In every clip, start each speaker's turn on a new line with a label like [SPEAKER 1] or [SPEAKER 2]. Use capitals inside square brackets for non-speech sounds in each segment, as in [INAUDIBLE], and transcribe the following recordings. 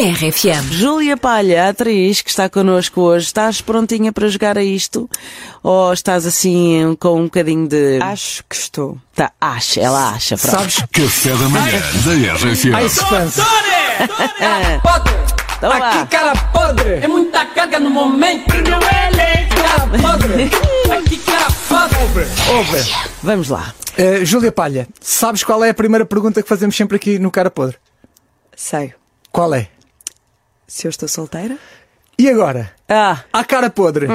[SPEAKER 1] RFM.
[SPEAKER 2] Júlia Palha, atriz que está connosco hoje, estás prontinha para jogar a isto? Ou estás assim com um bocadinho de.
[SPEAKER 3] Acho que estou.
[SPEAKER 2] Tá, acha, ela acha,
[SPEAKER 4] Tá.
[SPEAKER 2] pronto.
[SPEAKER 5] Sabes Café da manhã da
[SPEAKER 6] Ai,
[SPEAKER 5] RFM.
[SPEAKER 6] suspense.
[SPEAKER 4] podre.
[SPEAKER 2] Então
[SPEAKER 3] tá
[SPEAKER 2] vá.
[SPEAKER 4] Tá. Aqui, cara podre. É muita carga no momento. Cara podre. Aqui, cara podre.
[SPEAKER 2] Vamos lá.
[SPEAKER 6] Eh, Júlia Palha, sabes qual é a primeira pergunta que fazemos sempre aqui no Cara Podre?
[SPEAKER 3] Sei.
[SPEAKER 6] Qual é?
[SPEAKER 3] Se eu estou solteira? Uhum.
[SPEAKER 6] E agora?
[SPEAKER 2] Ah,
[SPEAKER 6] À cara podre.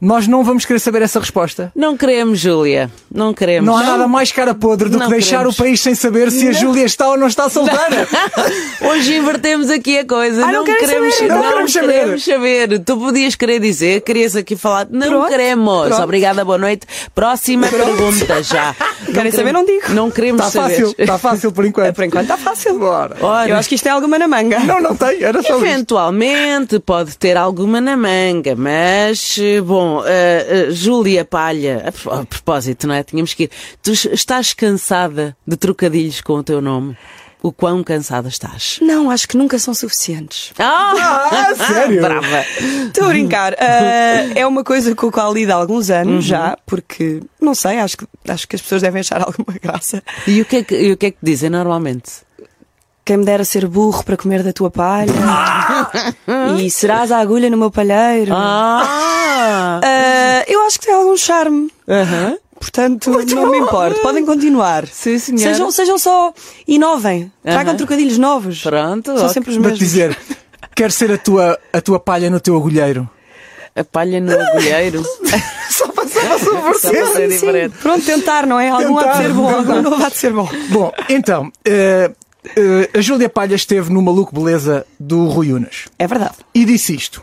[SPEAKER 6] Nós não vamos querer saber essa resposta.
[SPEAKER 2] não queremos, Júlia. Não queremos.
[SPEAKER 6] Não há nada mais cara podre do
[SPEAKER 2] Não
[SPEAKER 6] que deixar
[SPEAKER 2] queremos.
[SPEAKER 6] o país sem saber se a Júlia está ou não está solteira.
[SPEAKER 2] [LAUGHS] Hoje invertemos aqui a coisa.
[SPEAKER 3] Ah, não quero
[SPEAKER 2] queremos,
[SPEAKER 3] saber,
[SPEAKER 6] não queremos saber.
[SPEAKER 2] queremos saber. Tu podias querer dizer, querias aqui falar. Não
[SPEAKER 3] Pronto,
[SPEAKER 2] queremos.
[SPEAKER 3] pronto.
[SPEAKER 2] Obrigada, boa noite. Próxima pergunta já.
[SPEAKER 3] [LAUGHS] Querem saber, não digo. Tá
[SPEAKER 2] Não queremos
[SPEAKER 6] Está
[SPEAKER 2] saber.
[SPEAKER 6] Tá fácil, está fácil por enquanto.
[SPEAKER 3] Por enquanto está fácil.
[SPEAKER 6] Bora.
[SPEAKER 2] Ora,
[SPEAKER 3] Eu acho que isto é alguma na manga.
[SPEAKER 6] Não, não tem, era É só isto.
[SPEAKER 2] Eventualmente pode ter alguma na manga, mas, eh, bom, eh, eh, Júlia Palha, a pro- a propósito, não é? Tínhamos que ir. Tu es- estás cansada de trocadilhos com o teu nome? O quão cansada estás?
[SPEAKER 3] Não, acho que nunca são suficientes.
[SPEAKER 2] Ah, [LAUGHS]
[SPEAKER 6] Ah, sério?
[SPEAKER 2] Brava!
[SPEAKER 3] Estou
[SPEAKER 2] [LAUGHS]
[SPEAKER 3] a brincar. Ah, é uma coisa com a qual lido há alguns anos
[SPEAKER 2] Uhum.
[SPEAKER 3] já, porque, não sei, acho que, acho que as pessoas devem achar [LAUGHS] alguma graça.
[SPEAKER 2] E o que, é que, e o que é que dizem normalmente?
[SPEAKER 3] Quem me dera ser burro para comer da tua palha. e serás a agulha no meu palheiro.
[SPEAKER 2] Ah!
[SPEAKER 3] Ah, eu acho que tem algum charme.
[SPEAKER 2] Aham.
[SPEAKER 3] Portanto, não me importo. Podem continuar.
[SPEAKER 2] Sim, senhora.
[SPEAKER 3] Sejam, sejam só. Inovem. Tragam
[SPEAKER 2] Aham.
[SPEAKER 3] trocadilhos novos.
[SPEAKER 2] Pronto,
[SPEAKER 3] São
[SPEAKER 2] ok.
[SPEAKER 3] sempre os
[SPEAKER 6] Vou-te
[SPEAKER 3] mesmos.
[SPEAKER 6] dizer, quero ser a tua, a tua palha no teu agulheiro.
[SPEAKER 2] A palha no agulheiro.
[SPEAKER 3] Tá
[SPEAKER 6] Só passava
[SPEAKER 3] é
[SPEAKER 6] sobre
[SPEAKER 2] Só para ser
[SPEAKER 3] Sim, sim.
[SPEAKER 2] diferente.
[SPEAKER 3] Pronto, tentar, não é? Algum há de ser bom,
[SPEAKER 6] Tentar,
[SPEAKER 3] algum novo há de ser bom.
[SPEAKER 6] Bom, então, eh, eh, a Júlia Palha esteve no Maluco Beleza do Rui Unas
[SPEAKER 3] É verdade.
[SPEAKER 6] e disse isto.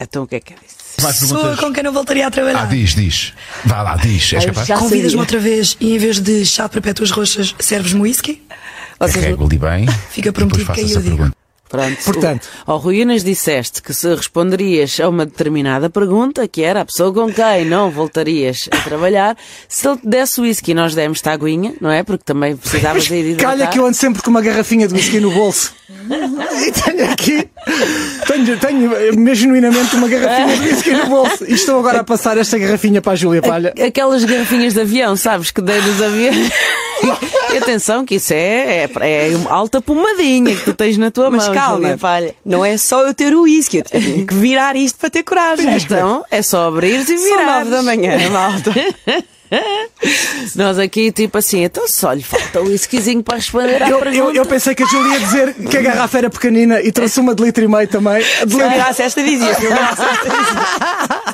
[SPEAKER 2] Então o que é que é isso?
[SPEAKER 7] Vais
[SPEAKER 8] pessoa
[SPEAKER 7] perguntas.
[SPEAKER 8] com quem não voltaria a
[SPEAKER 7] Ah,
[SPEAKER 8] trabalhar.
[SPEAKER 7] diz, diz. Vá lá, diz. És capaz?
[SPEAKER 8] Convidas-me outra vez e em vez de chá perpétuas roxas, serves-me whisky?
[SPEAKER 7] Carrego-lhe bem.
[SPEAKER 8] Fica
[SPEAKER 7] e depois
[SPEAKER 8] prometido
[SPEAKER 7] faço
[SPEAKER 8] que aí
[SPEAKER 7] essa
[SPEAKER 8] eu digo.
[SPEAKER 7] pergunta.
[SPEAKER 2] Pronto.
[SPEAKER 6] Portanto.
[SPEAKER 2] o- ao Ruínas disseste que se responderias a uma determinada pergunta, que era a pessoa com quem não voltarias a trabalhar, se ele te desse whisky, nós demos-te aguinha, não é? Porque também precisavas aí de hidratar.
[SPEAKER 6] [LAUGHS] Calha que eu ando sempre com uma garrafinha de whisky no bolso. E tenho aqui, tenho, tenho eh, mesmo genuinamente uma garrafinha de whisky no bolso. E estou agora a passar esta garrafinha para a Júlia Palha.
[SPEAKER 2] Aquelas garrafinhas de avião, sabes, que dei nos aviões. E atenção, que isso é, é, é uma alta pomadinha que tu tens na tua
[SPEAKER 3] Mas
[SPEAKER 2] mão.
[SPEAKER 3] calma,
[SPEAKER 2] Júlia Palha.
[SPEAKER 3] não é só eu ter o whisky, eu tenho que virar isto para ter coragem.
[SPEAKER 2] Então, é só abrir e
[SPEAKER 3] São
[SPEAKER 2] virar.
[SPEAKER 3] nove da manhã, malta.
[SPEAKER 2] [LAUGHS] Nós aqui, tipo assim, então só lhe falta o whiskyzinho para responder à
[SPEAKER 6] Eu,
[SPEAKER 2] pergunta.
[SPEAKER 6] eu- eu pensei que a Júlia ia dizer que a garrafa era pequenina e trouxe uma de litro e meio também. De
[SPEAKER 3] Se eu
[SPEAKER 6] litro-
[SPEAKER 3] virasse esta, dizia. Se eu virasse esta,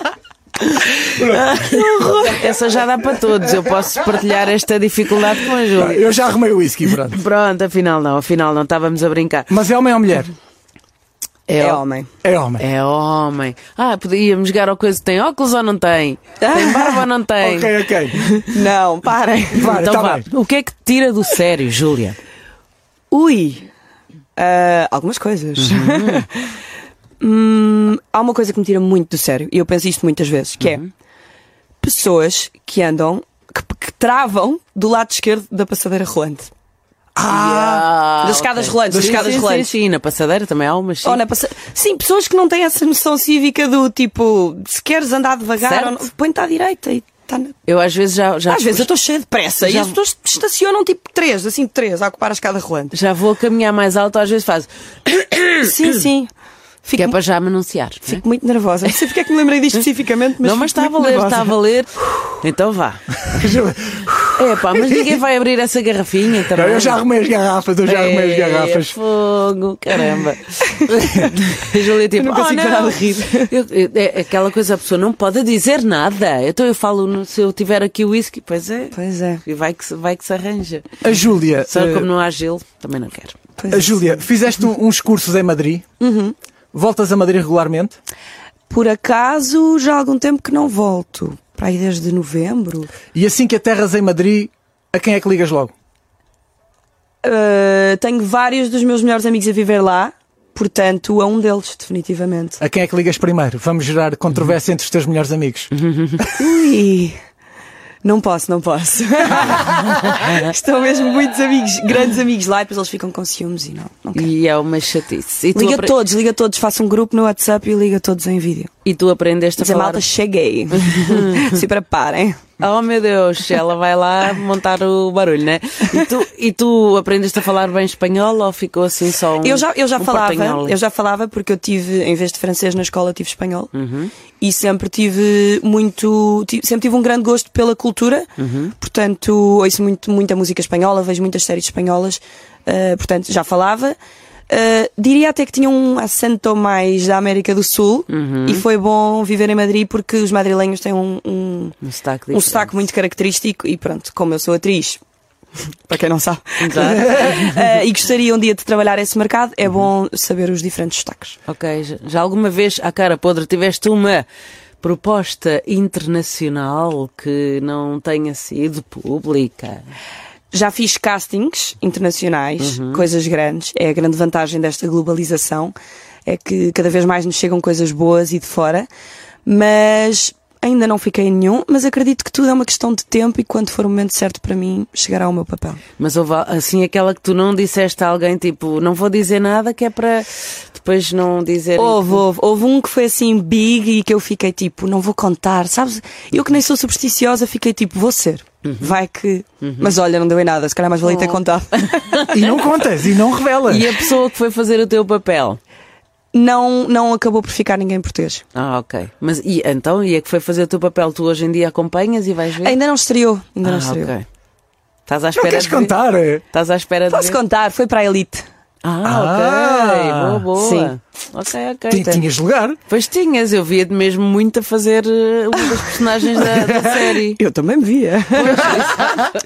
[SPEAKER 2] Essa já dá para todos. Eu posso partilhar esta dificuldade com a Júlia.
[SPEAKER 6] Eu já arrumei o whisky, pronto.
[SPEAKER 2] Pronto, afinal não, afinal não, estávamos a brincar.
[SPEAKER 6] Mas é homem ou mulher?
[SPEAKER 3] é homem.
[SPEAKER 6] É homem.
[SPEAKER 2] É homem. Ah, podíamos jogar ao coisa, tem óculos ou não tem? Tem barba ou não tem?
[SPEAKER 6] Ok, ok.
[SPEAKER 3] Não, parem.
[SPEAKER 6] Vá,
[SPEAKER 2] É. Então
[SPEAKER 6] tá
[SPEAKER 2] vá.
[SPEAKER 6] bem.
[SPEAKER 2] O que é que te tira do sério, Júlia?
[SPEAKER 3] Ui. Ah, algumas coisas. Uhum. [LAUGHS] Hum, há uma coisa que me tira muito do sério, e eu penso isto muitas vezes, que é pessoas que andam, que, que travam do lado esquerdo da passadeira rolante.
[SPEAKER 2] Ah,
[SPEAKER 3] das escadas rolantes, das
[SPEAKER 2] Sim,
[SPEAKER 3] escadas
[SPEAKER 2] sim,
[SPEAKER 3] rolantes.
[SPEAKER 2] Sim, sim, na passadeira também há umas. Sim.
[SPEAKER 3] Ou na passa- Sim, pessoas que não têm essa noção cívica do tipo, se queres andar devagar,
[SPEAKER 2] Certo.
[SPEAKER 3] ou não- põe-te à direita e está na... tá
[SPEAKER 2] Eu às vezes já. já
[SPEAKER 3] Às vezes eu estou cheia de pressa e
[SPEAKER 2] Já-
[SPEAKER 3] as pessoas estacionam tipo três, assim, três, a ocupar a escada rolante.
[SPEAKER 2] Já vou a caminhar mais alto, às vezes faço.
[SPEAKER 3] Sim, [CLEARS THROAT] sim.
[SPEAKER 2] Que
[SPEAKER 3] Fico, um
[SPEAKER 2] é para já me anunciar. não é?
[SPEAKER 3] fico muito nervosa. Não sei porque é que me lembrei disto especificamente, mas.
[SPEAKER 2] não, mas está
[SPEAKER 3] fico
[SPEAKER 2] a
[SPEAKER 3] muito
[SPEAKER 2] valer,
[SPEAKER 3] nervosa.
[SPEAKER 2] está a valer. Então
[SPEAKER 6] [LAUGHS]
[SPEAKER 2] vá. É pá, mas ninguém vai abrir essa garrafinha
[SPEAKER 6] Não,
[SPEAKER 2] também.
[SPEAKER 6] eu já arrumei as garrafas, eu já arrumei
[SPEAKER 2] É,
[SPEAKER 6] as garrafas.
[SPEAKER 2] Fogo,
[SPEAKER 3] [LAUGHS]
[SPEAKER 2] caramba. A Júlia tipo,
[SPEAKER 3] Eu não
[SPEAKER 2] oh,
[SPEAKER 3] consigo parar
[SPEAKER 2] não.
[SPEAKER 3] de rir.
[SPEAKER 2] Eu- eu- é aquela coisa, a pessoa não pode dizer nada. Então eu falo, no- se eu tiver aqui o whisky, pois é.
[SPEAKER 3] Pois é.
[SPEAKER 2] E vai que, se- vai que se arranja.
[SPEAKER 6] A Júlia.
[SPEAKER 2] Só
[SPEAKER 6] eh,
[SPEAKER 2] é, como não há gelo, também não quero.
[SPEAKER 3] Pois
[SPEAKER 6] A
[SPEAKER 3] é.
[SPEAKER 6] Júlia, fizeste um- uns cursos em Madrid.
[SPEAKER 2] Uhum.
[SPEAKER 6] Voltas a Madrid regularmente?
[SPEAKER 3] Por acaso, já há algum tempo que não volto. Para aí desde novembro.
[SPEAKER 6] E assim que aterras em Madrid, a quem é que ligas logo?
[SPEAKER 3] Uh, tenho vários dos meus melhores amigos a viver lá, portanto, a um deles, definitivamente.
[SPEAKER 6] A quem
[SPEAKER 2] Uhum.
[SPEAKER 6] é que ligas primeiro? Vamos gerar controvérsia entre os teus melhores amigos.
[SPEAKER 3] Ui! Não posso, não posso. [LAUGHS] Estão mesmo muitos amigos, grandes amigos lá e depois eles ficam com ciúmes e não. não quero.
[SPEAKER 2] E é uma chatice. E tu,
[SPEAKER 3] Liga
[SPEAKER 2] apre-
[SPEAKER 3] todos, liga todos, faça um grupo no WhatsApp e liga todos em vídeo.
[SPEAKER 2] e tu aprendeste a
[SPEAKER 3] Dizer
[SPEAKER 2] falar.
[SPEAKER 3] malta, cheguei. [LAUGHS] Se preparem.
[SPEAKER 2] Oh meu Deus, ela vai lá montar o barulho, né? E tu, e tu aprendeste a falar bem espanhol ou ficou assim só um.
[SPEAKER 3] Eu já, eu já
[SPEAKER 2] um
[SPEAKER 3] falava,
[SPEAKER 2] portanhol?
[SPEAKER 3] eu já falava porque eu tive, em vez de francês na escola, tive espanhol. E sempre tive muito, ti- sempre tive um grande gosto pela cultura. Portanto, ouço muito, muita música espanhola, vejo muitas séries espanholas. ah, portanto, já falava. Ah, diria até que tinha um acento mais da América do Sul e foi bom viver em Madrid porque os madrilenhos têm um, um,
[SPEAKER 2] Um sotaque
[SPEAKER 3] um
[SPEAKER 2] diferente.
[SPEAKER 3] sotaque muito característico e pronto, como eu sou atriz, [LAUGHS] para quem não sabe,
[SPEAKER 2] Exato.
[SPEAKER 3] [LAUGHS]
[SPEAKER 2] Uhum.
[SPEAKER 3] eh, e gostaria um dia de trabalhar esse mercado, é bom saber os diferentes destaques.
[SPEAKER 2] Ok, já- já alguma vez à cara podre tiveste uma proposta internacional que não tenha sido pública?
[SPEAKER 3] Já fiz castings internacionais,
[SPEAKER 2] Uhum.
[SPEAKER 3] coisas grandes, é a grande vantagem desta globalização, é que cada vez mais nos chegam coisas boas e de fora, mas ainda não fiquei em nenhum, mas acredito que tudo é uma questão de tempo e quando for o momento certo para mim, chegará o meu papel.
[SPEAKER 2] Mas houve assim aquela que tu não disseste a alguém, tipo, não vou dizer nada que é para depois não dizer.
[SPEAKER 3] Houve, houve, houve um que foi assim big e que eu fiquei tipo, não vou contar, sabes? Eu que nem sou supersticiosa, fiquei tipo, vou ser. Vai que. Mas olha, não deu em nada, se calhar mais valia ter [LAUGHS] contado.
[SPEAKER 6] E não contas, e não revelas.
[SPEAKER 2] E a pessoa que foi fazer o teu papel?
[SPEAKER 3] não, não acabou por ficar ninguém português.
[SPEAKER 2] Ah, ok. Mas e então, e é que foi fazer o teu papel? Tu hoje em dia acompanhas e vais ver?
[SPEAKER 3] Ainda não estreou. Ainda não
[SPEAKER 2] ah,
[SPEAKER 3] estreou.
[SPEAKER 2] ok. Estás à
[SPEAKER 6] Não
[SPEAKER 2] espera
[SPEAKER 6] queres
[SPEAKER 2] de ver?
[SPEAKER 6] contar? eh,
[SPEAKER 2] Estás à espera de
[SPEAKER 3] Posso
[SPEAKER 2] ver?
[SPEAKER 3] contar? Foi para a Elite.
[SPEAKER 2] Ah, ok. Boa, boa.
[SPEAKER 3] Sim.
[SPEAKER 2] Ok, ok. então.
[SPEAKER 6] Ti- Tinhas lugar?
[SPEAKER 2] Pois tinhas, eu via-te mesmo muito a fazer eh, uma das personagens da, da série.
[SPEAKER 3] Eu também é. me via.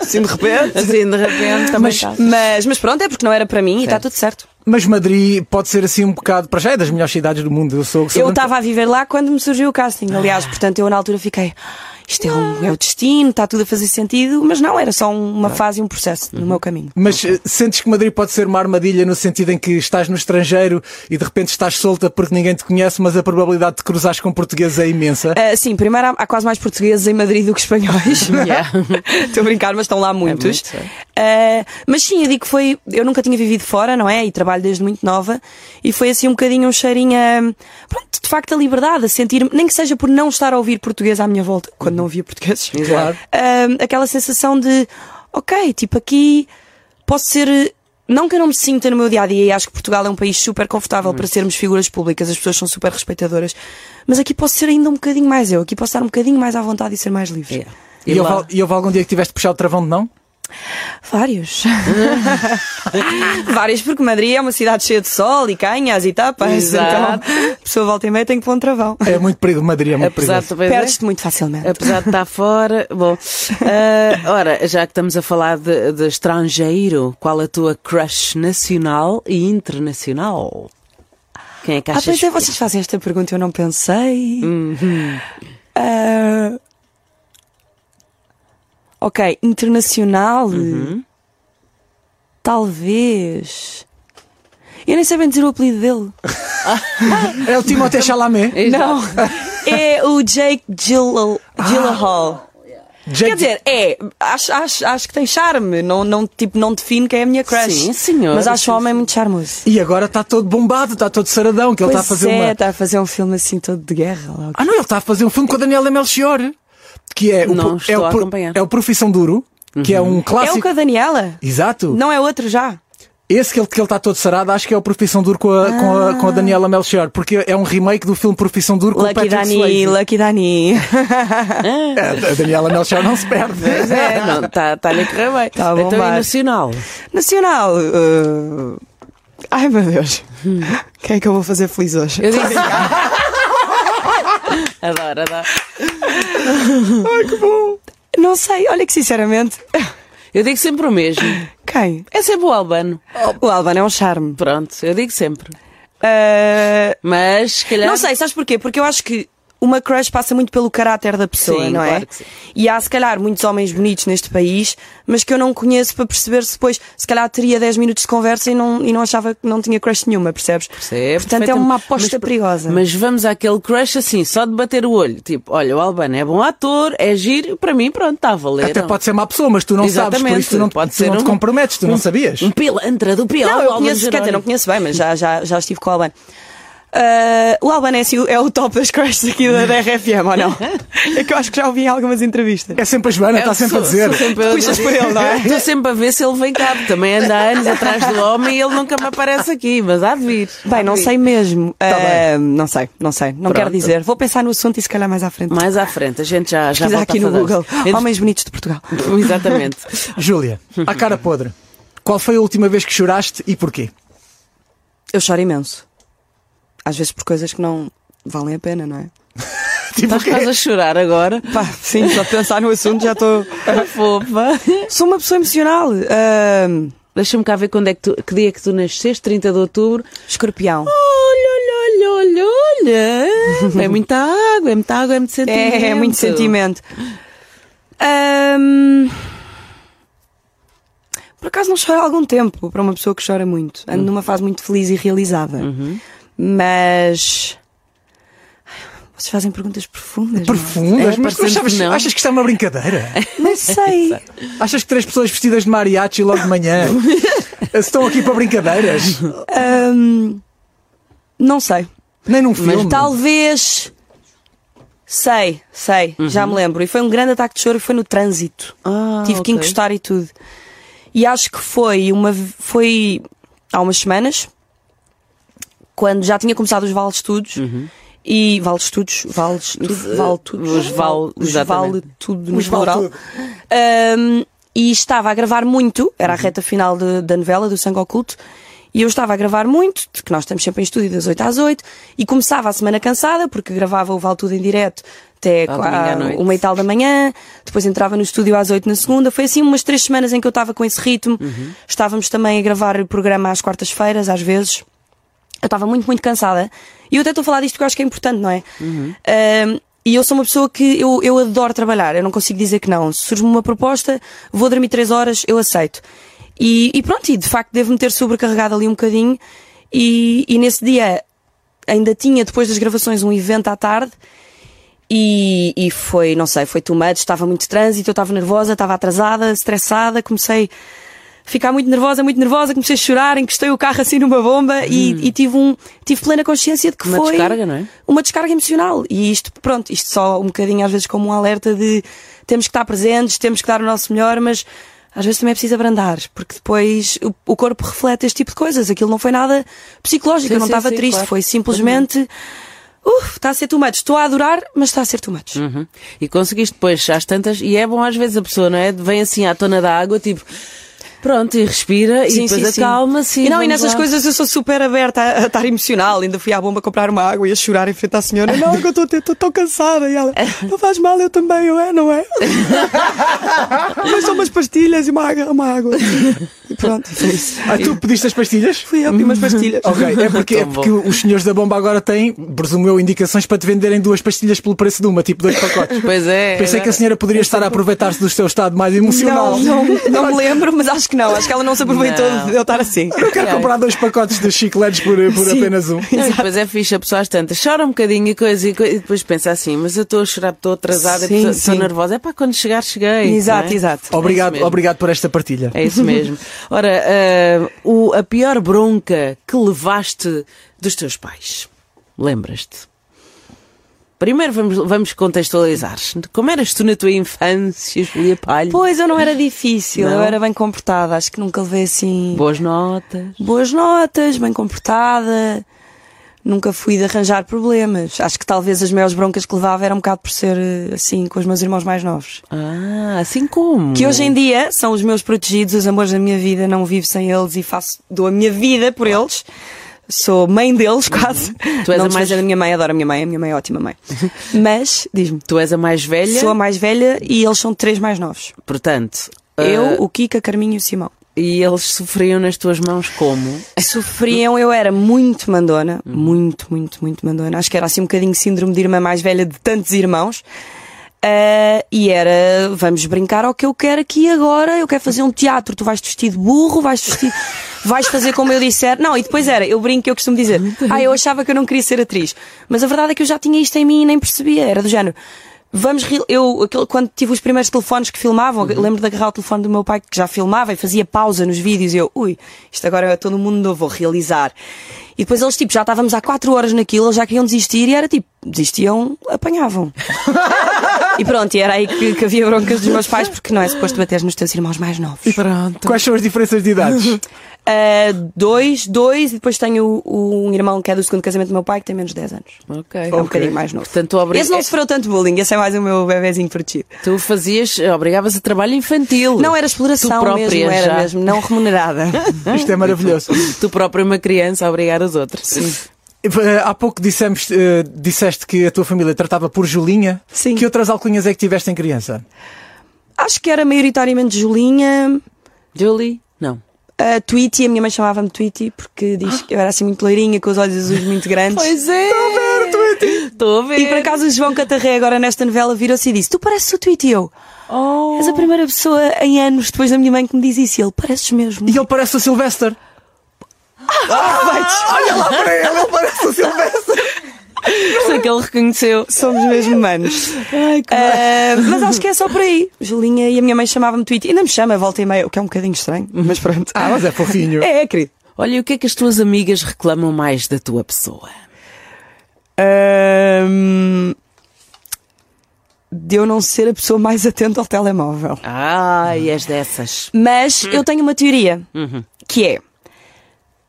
[SPEAKER 2] Assim de repente. Assim de repente, também
[SPEAKER 6] Mas-
[SPEAKER 2] tá.
[SPEAKER 3] mas, mas pronto, é porque não era para mim e está
[SPEAKER 2] Certo.
[SPEAKER 3] tudo certo.
[SPEAKER 6] Mas Madrid pode ser assim um bocado. Para já é das melhores cidades do mundo. Eu sou. sou
[SPEAKER 3] Eu estava a viver lá quando me surgiu o casting. Aliás, portanto, eu na altura fiquei. "Ah, Isto é, um, é o destino, está tudo a fazer sentido, mas não, era só um- uma fase e um processo no meu caminho.
[SPEAKER 6] Mas eh, sentes que Madrid pode ser uma armadilha no sentido em que estás no estrangeiro e de repente estás solta porque ninguém te conhece, mas a probabilidade de cruzares com portugueses é imensa.
[SPEAKER 3] Ah, sim, primeiro há, há quase mais portugueses em Madrid do que espanhóis. Estou
[SPEAKER 2] [LAUGHS] Yeah. É
[SPEAKER 3] a brincar, mas estão lá muitos.
[SPEAKER 2] muito, sim.
[SPEAKER 3] Ah, mas sim, eu digo que foi. Eu nunca tinha vivido fora, não é? E trabalho desde muito nova. E foi assim um bocadinho um cheirinho a. Pronto, de facto, a liberdade, a sentir-me. Nem que seja por não estar a ouvir português à minha volta, quando não ouvia portugueses.
[SPEAKER 6] Claro.
[SPEAKER 3] Ahm, aquela sensação de ok, tipo aqui posso ser. Não que eu não me sinta no meu dia a dia e acho que Portugal é um país super confortável para sermos figuras públicas, as pessoas são super respeitadoras, mas aqui posso ser ainda um bocadinho mais eu, aqui posso estar um bocadinho mais à vontade e ser mais livre.
[SPEAKER 2] Yeah.
[SPEAKER 6] E,
[SPEAKER 2] E
[SPEAKER 6] houve,
[SPEAKER 2] lá?
[SPEAKER 6] al- e houve algum dia que tiveste puxado o travão de não?
[SPEAKER 3] Vários. [LAUGHS] Vários, porque Madrid é uma cidade cheia de sol e canhas e tapas.
[SPEAKER 2] Exato.
[SPEAKER 3] Então, a pessoa volta e meia tem que pôr um travão.
[SPEAKER 6] É muito perigo, Madrid é muito
[SPEAKER 2] Apesar
[SPEAKER 6] perigoso.
[SPEAKER 2] de, pois é,
[SPEAKER 3] Perdes-te muito facilmente. Ah,
[SPEAKER 2] apesar de estar fora. Bom, ah, ora, já que estamos a falar de, de estrangeiro, qual a tua crush nacional e internacional? Quem é que
[SPEAKER 3] Ah,
[SPEAKER 2] achas?
[SPEAKER 3] pois é,
[SPEAKER 2] que- Uhum.
[SPEAKER 3] vocês fazem esta pergunta, eu não pensei. Ah, ok, internacional.
[SPEAKER 2] Uhum.
[SPEAKER 3] Talvez. Eu nem sei bem dizer o apelido dele.
[SPEAKER 6] É o Timothée Chalamet.
[SPEAKER 3] Não. É o Jake Gyllenhaal.
[SPEAKER 2] Ah.
[SPEAKER 3] Gyllenhaal. Quer dizer, é, acho, acho, acho que tem charme. Não, não, tipo, não defino quem é a minha crush.
[SPEAKER 2] Sim, senhor.
[SPEAKER 3] Mas acho
[SPEAKER 2] Sim,
[SPEAKER 3] o homem muito charmoso.
[SPEAKER 6] E agora está todo bombado, está todo saradão, que ele está a
[SPEAKER 3] Pois
[SPEAKER 6] fazer
[SPEAKER 3] é,
[SPEAKER 6] uma.
[SPEAKER 3] está a fazer um filme assim todo de guerra. lá o
[SPEAKER 6] Ah, não, ele está a fazer um filme com a Daniela Melchior. Que é o,
[SPEAKER 2] Não
[SPEAKER 6] pro-
[SPEAKER 2] estou
[SPEAKER 6] é o
[SPEAKER 2] a
[SPEAKER 6] pro-
[SPEAKER 2] acompanhar.
[SPEAKER 6] é o Profissão Duro, que é um
[SPEAKER 3] É o
[SPEAKER 6] clássico.
[SPEAKER 3] com a Daniela?
[SPEAKER 6] Exato.
[SPEAKER 3] Não é outro já?
[SPEAKER 6] Esse que ele que ele está todo sarado, acho que é o Profissão Duro com a, com a,
[SPEAKER 2] Ah.
[SPEAKER 6] com a Daniela Melchior, porque é um remake do filme Profissão Duro com o
[SPEAKER 3] Lucky
[SPEAKER 6] Patrick
[SPEAKER 3] Dani,
[SPEAKER 6] Swayze. É,
[SPEAKER 3] Lucky Dani. [LAUGHS]
[SPEAKER 6] A, a Daniela Melchior não se
[SPEAKER 2] [LAUGHS]
[SPEAKER 6] perde.
[SPEAKER 2] Pois é, não, está tá a correr bem.
[SPEAKER 3] Tá a
[SPEAKER 2] então, e
[SPEAKER 3] bombar.
[SPEAKER 2] nacional?
[SPEAKER 3] Nacional. uh, Ai meu Deus. Quem é que eu vou fazer feliz hoje?
[SPEAKER 2] Eu disse. [LAUGHS] adoro, adoro.
[SPEAKER 3] Não sei, olha que sinceramente.
[SPEAKER 2] Eu digo sempre o mesmo.
[SPEAKER 3] Quem?
[SPEAKER 2] É sempre o Albano.
[SPEAKER 3] O Albano é um charme.
[SPEAKER 2] Pronto, eu digo sempre.
[SPEAKER 3] Uh,
[SPEAKER 2] Mas, se calhar.
[SPEAKER 3] Não sei, sabes porquê? Porque eu acho que uma crush passa muito pelo caráter da pessoa,
[SPEAKER 2] Sim,
[SPEAKER 3] não é?
[SPEAKER 2] claro que sim.
[SPEAKER 3] E há, se calhar, muitos homens bonitos neste país, mas que eu não conheço para perceber se depois, se calhar, teria 10 minutos de conversa e não, e não achava que não tinha crush nenhuma, percebes?
[SPEAKER 2] Percebo,
[SPEAKER 3] Portanto, é
[SPEAKER 2] perfeitamente.
[SPEAKER 3] uma aposta
[SPEAKER 2] Mas-
[SPEAKER 3] perigosa.
[SPEAKER 2] Mas vamos àquele crush assim, só de bater o olho. Tipo, olha, o Albano é bom ator, é giro, para mim, pronto, está a valer.
[SPEAKER 6] Até
[SPEAKER 2] não.
[SPEAKER 6] pode ser má pessoa, mas tu não sabes, por
[SPEAKER 2] Exatamente,
[SPEAKER 6] isso tu não,
[SPEAKER 2] pode
[SPEAKER 6] tu
[SPEAKER 2] ser
[SPEAKER 6] não te
[SPEAKER 2] um-
[SPEAKER 6] comprometes, tu não sabias.
[SPEAKER 2] Um pilantra do pior.
[SPEAKER 3] Não, eu conheço, quer dizer, não conheço bem, mas já, já, já estive com o Albano. Ah, o Albano é, assim, o- é o top das crushes aqui da, da RFM,
[SPEAKER 2] [LAUGHS]
[SPEAKER 3] ou não? É que eu acho que já ouvi em algumas entrevistas.
[SPEAKER 6] É sempre a Joana, está sempre a dizer.
[SPEAKER 3] puxas por ele, não é?
[SPEAKER 2] Estou sempre a ver se ele vem cá. porque Também anda há anos atrás do homem e ele nunca me aparece aqui, mas há de vir. Há
[SPEAKER 3] Bem,
[SPEAKER 2] de
[SPEAKER 3] não
[SPEAKER 2] vir.
[SPEAKER 3] sei mesmo.
[SPEAKER 2] Tá
[SPEAKER 3] Ah, não sei, não sei. Não quero dizer. Vou pensar no assunto e se calhar mais à frente.
[SPEAKER 2] Mais à frente, a gente já, já
[SPEAKER 3] Pesquisar
[SPEAKER 2] volta
[SPEAKER 3] aqui
[SPEAKER 2] a
[SPEAKER 3] no
[SPEAKER 2] falar.
[SPEAKER 3] Google.
[SPEAKER 2] Entre-
[SPEAKER 3] Homens bonitos de Portugal.
[SPEAKER 2] [LAUGHS] Exatamente.
[SPEAKER 6] Júlia, a cara podre. Qual foi a última vez que choraste e porquê?
[SPEAKER 3] Eu choro imenso. Às vezes por coisas que não valem a pena, não é?
[SPEAKER 6] Tipo,
[SPEAKER 2] [LAUGHS] Estás
[SPEAKER 6] quê?
[SPEAKER 2] quase a chorar agora.
[SPEAKER 3] Pá, sim, só de pensar no assunto já [LAUGHS] estou.
[SPEAKER 2] Fofa.
[SPEAKER 3] Sou uma pessoa emocional. Ah,
[SPEAKER 2] Deixa-me cá ver quando é que, tu, que dia é que tu nasceste, 30 de outubro.
[SPEAKER 3] escorpião.
[SPEAKER 2] Olha, olha, olha,
[SPEAKER 3] [LAUGHS]
[SPEAKER 2] olha. É muita água, é muita água, é muito sentimento.
[SPEAKER 3] É, é muito sentimento. Ahm, por acaso não choro há algum tempo para uma pessoa que chora muito. Ando numa fase muito feliz e realizada. Mas. Ai, Vocês fazem perguntas profundas. não é?
[SPEAKER 6] Profundas,
[SPEAKER 2] É,
[SPEAKER 6] mas tu
[SPEAKER 2] parecendo
[SPEAKER 6] achas,
[SPEAKER 2] que não.
[SPEAKER 6] achas que isto é
[SPEAKER 2] [LAUGHS]
[SPEAKER 6] uma brincadeira?
[SPEAKER 3] Não [LAUGHS] sei.
[SPEAKER 6] Achas que três pessoas vestidas de mariachi logo
[SPEAKER 2] [LAUGHS]
[SPEAKER 6] de manhã estão aqui para brincadeiras?
[SPEAKER 3] Ahm, Hum, não sei.
[SPEAKER 6] Nem num filme.
[SPEAKER 3] Mas talvez. Sei, sei, já me lembro. E foi um grande ataque de choro, foi no trânsito.
[SPEAKER 2] Ah,
[SPEAKER 3] Tive que
[SPEAKER 2] ok.
[SPEAKER 3] encostar e tudo. E acho que foi uma foi há umas semanas, quando já tinha começado os vales estudos. E vale estudos, vales, vale tudo,
[SPEAKER 2] Os vale-
[SPEAKER 3] os
[SPEAKER 2] exatamente.
[SPEAKER 3] vale tudo no
[SPEAKER 6] Os vale
[SPEAKER 3] plural.
[SPEAKER 6] tudo.
[SPEAKER 3] Ahm, e estava a gravar muito, era a reta final de- da novela, do Sangue Oculto, e eu estava a gravar muito, porque nós estamos sempre em estúdio das 8 às 8, e começava a semana cansada, porque gravava o Val Tudo em direto até
[SPEAKER 2] Ao domingo à
[SPEAKER 3] qua-
[SPEAKER 2] noite.
[SPEAKER 3] uma e tal da manhã, depois entrava no estúdio às 8 na segunda, foi assim umas três semanas em que eu estava com esse ritmo, estávamos também a gravar o programa às quartas-feiras, às vezes, eu estava muito, muito cansada. E eu até estou a falar disto porque eu acho que é importante, não é? Ahm, e eu sou uma pessoa que eu, eu adoro trabalhar, eu não consigo dizer que não. Se surge-me uma proposta, vou dormir três horas, eu aceito. E, e pronto, e de facto devo-me ter sobrecarregado ali um bocadinho. E, e nesse dia ainda tinha, depois das gravações, um evento à tarde. E, e foi, não sei, foi too much, estava muito trânsito, eu estava nervosa, estava atrasada, estressada, comecei a ficar muito nervosa, muito nervosa, comecei a chorar, encostei o carro assim numa bomba e, e tive, um, tive plena consciência de que
[SPEAKER 2] Hum. Uma
[SPEAKER 3] foi
[SPEAKER 2] descarga, não é?
[SPEAKER 3] uma descarga emocional. E isto, pronto, isto só um bocadinho às vezes como um alerta de temos que estar presentes, temos que dar o nosso melhor, mas às vezes também é preciso abrandar, porque depois o, o corpo reflete este tipo de coisas. Aquilo não foi nada psicológico,
[SPEAKER 2] Sim,
[SPEAKER 3] eu não
[SPEAKER 2] sim,
[SPEAKER 3] estava
[SPEAKER 2] sim,
[SPEAKER 3] triste,
[SPEAKER 2] claro.
[SPEAKER 3] foi simplesmente. Uf, está a ser too much. Estou a adorar, mas está a ser too much.
[SPEAKER 2] Uhum. E conseguiste depois, às tantas, e é bom às vezes a pessoa, não é? Vem assim à tona da água, tipo, pronto, e respira, e depois acalma-se.
[SPEAKER 3] E não, e
[SPEAKER 2] vamos
[SPEAKER 3] nessas
[SPEAKER 2] lá.
[SPEAKER 3] coisas eu sou super aberta a, a estar emocional. Ainda fui à bomba comprar uma água e a chorar em frente à senhora. Não, é que eu estou- estou tão cansada. E [LAUGHS] ela, não faz mal, eu também, eu é, [LAUGHS] não é? Mas são umas pastilhas e uma água. Uma água.
[SPEAKER 6] [LAUGHS]
[SPEAKER 3] E pronto, foi isso.
[SPEAKER 6] Ah, tu pediste as pastilhas?
[SPEAKER 3] Fui eu, pedi umas pastilhas.
[SPEAKER 6] Ok, é porque, é
[SPEAKER 2] Tão
[SPEAKER 6] porque os senhores da bomba agora têm, presumo eu, indicações para te venderem duas pastilhas pelo preço de uma, tipo dois pacotes.
[SPEAKER 2] Pois é.
[SPEAKER 6] Pensei
[SPEAKER 3] assim,
[SPEAKER 6] que a senhora poderia estar a aproveitar-se do seu estado mais emocional.
[SPEAKER 3] Não, não, não [LAUGHS] me lembro, mas acho que não. Acho que ela não se aproveitou
[SPEAKER 2] Não.
[SPEAKER 3] de eu estar assim.
[SPEAKER 6] Eu quero comprar dois pacotes de chicletes por, por
[SPEAKER 3] Sim.
[SPEAKER 6] apenas um.
[SPEAKER 2] Não, e depois é fixe, a pessoa às tantas chora um bocadinho e coisa e, coisa, e depois pensa assim, mas eu estou a chorar, estou atrasada,
[SPEAKER 3] Sim,
[SPEAKER 2] estou- estou
[SPEAKER 3] sim.
[SPEAKER 2] nervosa. É pá, quando chegar, cheguei.
[SPEAKER 3] Exato,
[SPEAKER 2] não é?
[SPEAKER 3] exato.
[SPEAKER 6] Obrigado,
[SPEAKER 2] mesmo.
[SPEAKER 6] obrigado por esta partilha.
[SPEAKER 2] É isso
[SPEAKER 3] [LAUGHS]
[SPEAKER 2] mesmo. Ora, ah, o, a pior bronca que levaste dos teus pais, lembras-te? Primeiro vamos, vamos contextualizar. Como eras tu na tua infância, Julia Palho?
[SPEAKER 3] Pois, eu não era difícil,
[SPEAKER 2] Não?
[SPEAKER 3] eu era bem comportada. Acho que nunca levei assim
[SPEAKER 2] Boas notas.
[SPEAKER 3] boas notas, bem comportada. Nunca fui de arranjar problemas. Acho que talvez as maiores broncas que levava era um bocado por ser eh, assim com os meus irmãos mais novos.
[SPEAKER 2] Ah, assim como?
[SPEAKER 3] Que hoje em dia são os meus protegidos, os amores da minha vida, não vivo sem eles e faço, dou a minha vida por eles. Sou mãe deles, quase.
[SPEAKER 2] Uhum. Tu és
[SPEAKER 3] não
[SPEAKER 2] a mais-
[SPEAKER 3] desfazendo da minha mãe, adoro a minha mãe, a minha mãe é ótima
[SPEAKER 2] [LAUGHS]
[SPEAKER 3] mãe. Mas, diz-me,
[SPEAKER 2] Tu és a mais velha,
[SPEAKER 3] sou a mais velha e eles são três mais novos.
[SPEAKER 2] portanto... ah,
[SPEAKER 3] Eu, o Kika, Carminho e o Simão.
[SPEAKER 2] E eles sofriam nas tuas mãos como?
[SPEAKER 3] Sofriam, eu era muito mandona, muito, muito, muito mandona. Acho que era assim um bocadinho síndrome de irmã mais velha de tantos irmãos. Ah, e era, vamos brincar ao que eu quero aqui agora, eu quero fazer um teatro, tu vais vestir de burro, vais vestir, vais fazer como eu disser. Não, e depois era, eu brinco, eu costumo dizer, ah, eu achava que eu não queria ser atriz, mas a verdade é que eu já tinha isto em mim e nem percebia, era do género. Vamos, re- eu, aquele- quando tive os primeiros telefones que filmavam,
[SPEAKER 2] Uhum.
[SPEAKER 3] lembro de agarrar o telefone do meu pai que já filmava e fazia pausa nos vídeos e eu, ui, isto agora é todo mundo novo, vou realizar. E depois eles, tipo, já estávamos há quatro horas naquilo, eles já queriam desistir e era tipo, desistiam, apanhavam. e pronto, e era aí que, que havia broncas dos meus pais, porque não é suposto bater nos teus irmãos mais novos.
[SPEAKER 2] Pronto.
[SPEAKER 6] Quais são as diferenças de
[SPEAKER 3] [LAUGHS]
[SPEAKER 6] idades?
[SPEAKER 3] Ah, dois, dois, e depois tenho o- um irmão que é do segundo casamento do meu pai, que tem menos de 10 anos.
[SPEAKER 2] Ok.
[SPEAKER 3] É um bocadinho mais novo.
[SPEAKER 2] Portanto, tu, obri- eh,
[SPEAKER 3] Esse não sofreu tanto bullying, esse é mais o meu bebezinho protegido.
[SPEAKER 2] tu fazias, obrigavas a trabalho infantil.
[SPEAKER 3] Não, era
[SPEAKER 2] tu
[SPEAKER 3] exploração
[SPEAKER 2] própria
[SPEAKER 3] mesmo, era
[SPEAKER 2] já.
[SPEAKER 3] mesmo, não remunerada.
[SPEAKER 6] Isto é maravilhoso.
[SPEAKER 2] Tu própria é uma criança a obrigar os outros. Sim.
[SPEAKER 6] Eh, Há pouco dissemos, eh, disseste que a tua família tratava por Julinha.
[SPEAKER 3] Sim.
[SPEAKER 6] Que outras alcunhas é que tiveste em criança?
[SPEAKER 3] Acho que era maioritariamente Julinha,
[SPEAKER 2] Julie? Não.
[SPEAKER 3] a Tweety, a minha mãe chamava-me Tweety porque diz que eu era assim muito loirinha, com os olhos azuis muito grandes.
[SPEAKER 2] é. Estou a ver, Estou a ver.
[SPEAKER 3] E por acaso o João Catarré agora nesta novela virou-se e disse: Tu pareces o Tweety, eu.
[SPEAKER 2] Oh.
[SPEAKER 3] És a primeira pessoa em anos depois da minha mãe que me diz isso. E ele, pareces mesmo.
[SPEAKER 6] E ele parece o Sylvester. Ah, Olha lá para ele, ele parece o Sylvester.
[SPEAKER 2] Sei que ele reconheceu.
[SPEAKER 3] Somos mesmo [LAUGHS] humanos. Ah, mas acho que é só por aí. Julinha e a minha mãe chamava-me Tweety. Ainda me chama, volta e meia, o que é um bocadinho estranho, mas pronto.
[SPEAKER 6] Ah, mas é fofinho.
[SPEAKER 3] É, é, querido.
[SPEAKER 2] Olha, e o que é que as tuas amigas reclamam mais da tua pessoa?
[SPEAKER 3] Ahm, de eu não ser a pessoa mais [LAUGHS] atenta ao telemóvel.
[SPEAKER 2] Ai, és dessas.
[SPEAKER 3] Mas eu tenho uma teoria, que é,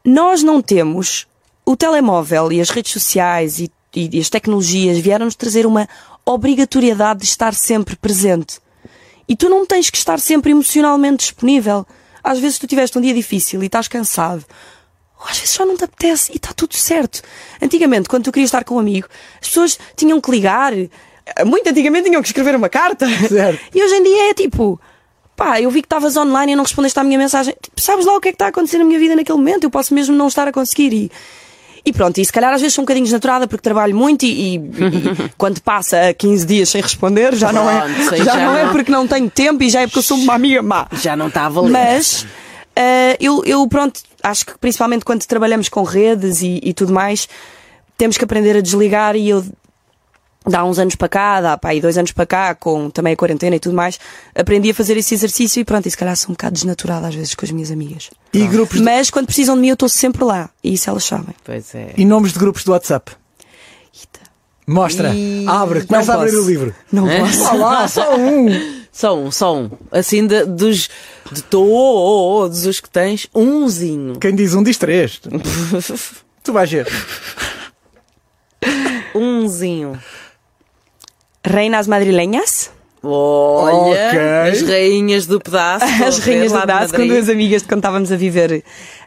[SPEAKER 3] nós não temos, o telemóvel e as redes sociais e, e- e as tecnologias vieram-nos trazer uma obrigatoriedade de estar sempre presente. E tu não tens que estar sempre emocionalmente disponível. Às vezes tu tiveste um dia difícil e estás cansado. Ou às vezes só não te apetece e está tudo certo. Antigamente, quando tu querias estar com um amigo, as pessoas tinham que ligar. Muito antigamente tinham que escrever uma carta.
[SPEAKER 6] Certo.
[SPEAKER 3] [LAUGHS] E hoje em dia é tipo. Pá, eu vi que estavas online e não respondeste à minha mensagem. Tipo, sabes lá o que é que está a acontecer na minha vida naquele momento? Eu posso mesmo não estar a conseguir. E, e pronto, e se calhar às vezes sou um bocadinho desnaturada porque trabalho muito e, e-
[SPEAKER 2] [LAUGHS]
[SPEAKER 3] e quando passa a 15 dias sem responder, já não é,
[SPEAKER 2] Pronto, sim,
[SPEAKER 3] já
[SPEAKER 2] já
[SPEAKER 3] não é
[SPEAKER 2] não.
[SPEAKER 3] porque não tenho tempo e já é porque eu sou uma amiga má.
[SPEAKER 2] Já não está a valer.
[SPEAKER 3] Mas eh, eu, eu, pronto, acho que principalmente quando trabalhamos com redes e, e tudo mais, temos que aprender a desligar e eu dá uns anos para cá, dá pá, aí dois anos para cá, com também a quarentena e tudo mais, aprendi a fazer esse exercício e pronto, e se calhar sou um bocado desnaturada às vezes com as minhas amigas.
[SPEAKER 6] E, grupos de-
[SPEAKER 3] Mas quando precisam de mim eu estou sempre lá, e isso elas sabem.
[SPEAKER 2] Pois é.
[SPEAKER 6] e nomes de grupos do WhatsApp. Mostra. Abre. Começa a abrir
[SPEAKER 3] posso.
[SPEAKER 6] o livro.
[SPEAKER 3] Não posso.
[SPEAKER 6] Ah lá, só um.
[SPEAKER 2] Só um, só um. Assim de- dos. De to, oh, oh, dos os que tens, umzinho.
[SPEAKER 6] Quem diz um diz três. Tu vais ver.
[SPEAKER 2] Umzinho.
[SPEAKER 3] Reinas madrilenhas,
[SPEAKER 2] Olha,
[SPEAKER 6] Ok.
[SPEAKER 2] as rainhas do pedaço.
[SPEAKER 3] as
[SPEAKER 2] Estou a ver
[SPEAKER 3] rainhas
[SPEAKER 2] é lá
[SPEAKER 3] da
[SPEAKER 2] de
[SPEAKER 3] DAS, com
[SPEAKER 2] Madrid.
[SPEAKER 3] duas amigas de quando estávamos a viver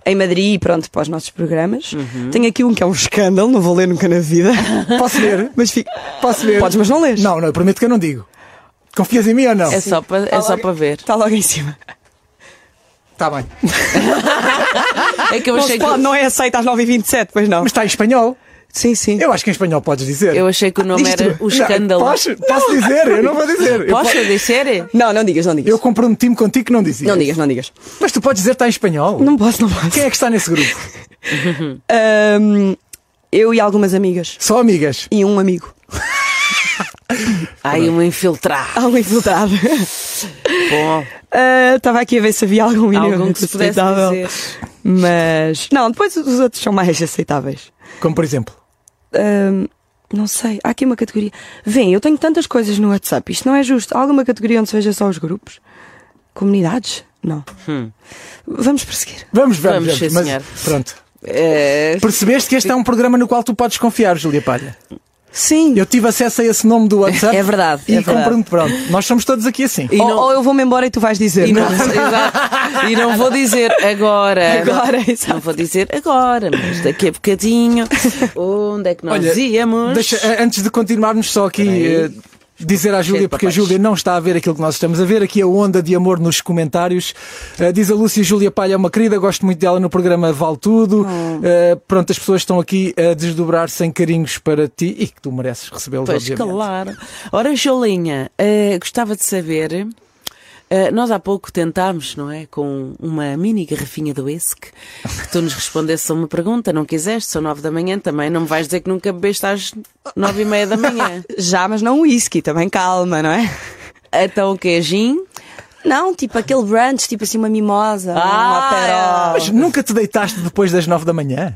[SPEAKER 3] em Madrid e pronto, para os nossos programas.
[SPEAKER 2] Uhum.
[SPEAKER 3] Tenho aqui um que é um escândalo, não vou ler nunca
[SPEAKER 2] [LAUGHS]
[SPEAKER 3] na vida.
[SPEAKER 6] Posso ler?
[SPEAKER 3] Mas fica.
[SPEAKER 6] Posso ler?
[SPEAKER 3] Podes, mas não lês.
[SPEAKER 6] Não, não, eu prometo que eu não digo. Confias em mim ou não?
[SPEAKER 2] É só para é só para ver.
[SPEAKER 3] Está logo em cima.
[SPEAKER 6] Está Tá bem.
[SPEAKER 2] É que eu
[SPEAKER 3] Não,
[SPEAKER 2] achei
[SPEAKER 3] se
[SPEAKER 2] que,
[SPEAKER 3] pode, não é aceito às 9h27, pois não.
[SPEAKER 6] Mas está em espanhol.
[SPEAKER 3] Sim, sim.
[SPEAKER 6] Eu acho que em espanhol podes dizer.
[SPEAKER 2] eu achei que o nome
[SPEAKER 3] Diz tu.
[SPEAKER 2] era o
[SPEAKER 6] Não,
[SPEAKER 2] escândalo.
[SPEAKER 6] Posso, posso dizer? Eu não vou dizer. Eu,
[SPEAKER 2] Posso dizer?
[SPEAKER 3] Não, não digas, não digas.
[SPEAKER 6] eu comprometi-me contigo que não dizia.
[SPEAKER 3] Não digas, não digas.
[SPEAKER 6] Mas tu podes dizer que está em espanhol.
[SPEAKER 3] Não posso, não posso.
[SPEAKER 6] Quem é que está nesse grupo?
[SPEAKER 3] Ahm, é, hum, eu e algumas amigas.
[SPEAKER 6] Só amigas.
[SPEAKER 3] E um amigo.
[SPEAKER 2] Ai, uma um infiltrar.
[SPEAKER 3] Algo infiltrado.
[SPEAKER 2] Bom,
[SPEAKER 3] [LAUGHS] Ah, Estava aqui a ver se havia algum mínimo
[SPEAKER 2] algum que se pudesse
[SPEAKER 3] aceitável.
[SPEAKER 2] dizer.
[SPEAKER 3] Mas. Não, depois os outros são mais aceitáveis.
[SPEAKER 6] Como por exemplo.
[SPEAKER 3] Ahm, não sei, há aqui uma categoria. Vem, eu tenho tantas coisas no WhatsApp, isto não é justo. Há alguma categoria onde se veja só os grupos? Comunidades? Não.
[SPEAKER 2] Hum.
[SPEAKER 3] Vamos prosseguir.
[SPEAKER 6] Vamos, vamos,
[SPEAKER 2] Vamos,
[SPEAKER 6] vamos.
[SPEAKER 2] sim,
[SPEAKER 6] mas,
[SPEAKER 2] senhor.
[SPEAKER 6] pronto.
[SPEAKER 2] É,
[SPEAKER 6] Percebeste que este é um programa no qual tu podes confiar, Júlia Palha.
[SPEAKER 3] Sim.
[SPEAKER 6] Eu tive acesso a esse nome do WhatsApp.
[SPEAKER 3] É verdade,
[SPEAKER 6] E
[SPEAKER 3] é verdade.
[SPEAKER 6] comprometi- pronto. Nós somos todos aqui assim.
[SPEAKER 2] E
[SPEAKER 3] ou,
[SPEAKER 2] não-
[SPEAKER 3] ou eu vou-me embora e tu vais dizer.
[SPEAKER 2] E não, exato. E não vou dizer agora.
[SPEAKER 3] Agora,
[SPEAKER 2] não,
[SPEAKER 3] exato.
[SPEAKER 2] não vou dizer agora, mas daqui a bocadinho. Onde é que nós íamos?
[SPEAKER 6] Deixa- a- antes de eh, continuarmos só aqui,
[SPEAKER 2] Espera aí.
[SPEAKER 6] eh, dizer à Júlia,
[SPEAKER 2] Cheio de
[SPEAKER 6] porque a
[SPEAKER 2] papéis.
[SPEAKER 6] Júlia não está a ver aquilo que nós estamos a ver, aqui a onda de amor nos comentários. Uh, diz a Lúcia, Júlia Palha é uma querida, gosto muito dela no programa Vale Tudo.
[SPEAKER 2] Hum.
[SPEAKER 6] Uh, pronto, as pessoas estão aqui a desdobrar-se em carinhos para ti e que tu mereces recebê-los,
[SPEAKER 2] Pois,
[SPEAKER 6] obviamente.
[SPEAKER 2] claro. Ora, Jolinha, eh, gostava de saber. eh, nós há pouco tentámos, não é? Com uma mini garrafinha do ESC, que tu nos respondesse a uma pergunta, não quiseste, são nove da manhã também, não me vais dizer que nunca bebeste às nove e meia da manhã.
[SPEAKER 3] Já, mas não whisky, também calma, não é?
[SPEAKER 2] Então o que é gin?
[SPEAKER 3] Não, tipo aquele brunch, tipo assim uma mimosa, uma
[SPEAKER 2] Ah,
[SPEAKER 3] perola.
[SPEAKER 6] Mas nunca te deitaste depois das nove da manhã?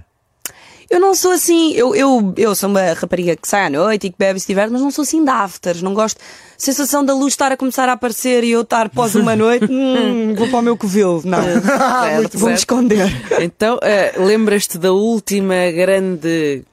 [SPEAKER 3] Eu não sou assim, eu, eu, eu sou uma rapariga que sai à noite e que bebe se tiver, mas não sou assim de afters, não gosto. Sensação da luz estar a começar a aparecer e eu estar pós uma noite, hum, vou para o meu covil, não. [LAUGHS]
[SPEAKER 2] Certo,
[SPEAKER 3] Vou-me
[SPEAKER 2] certo.
[SPEAKER 3] esconder.
[SPEAKER 2] Então, eh, lembras-te da última grande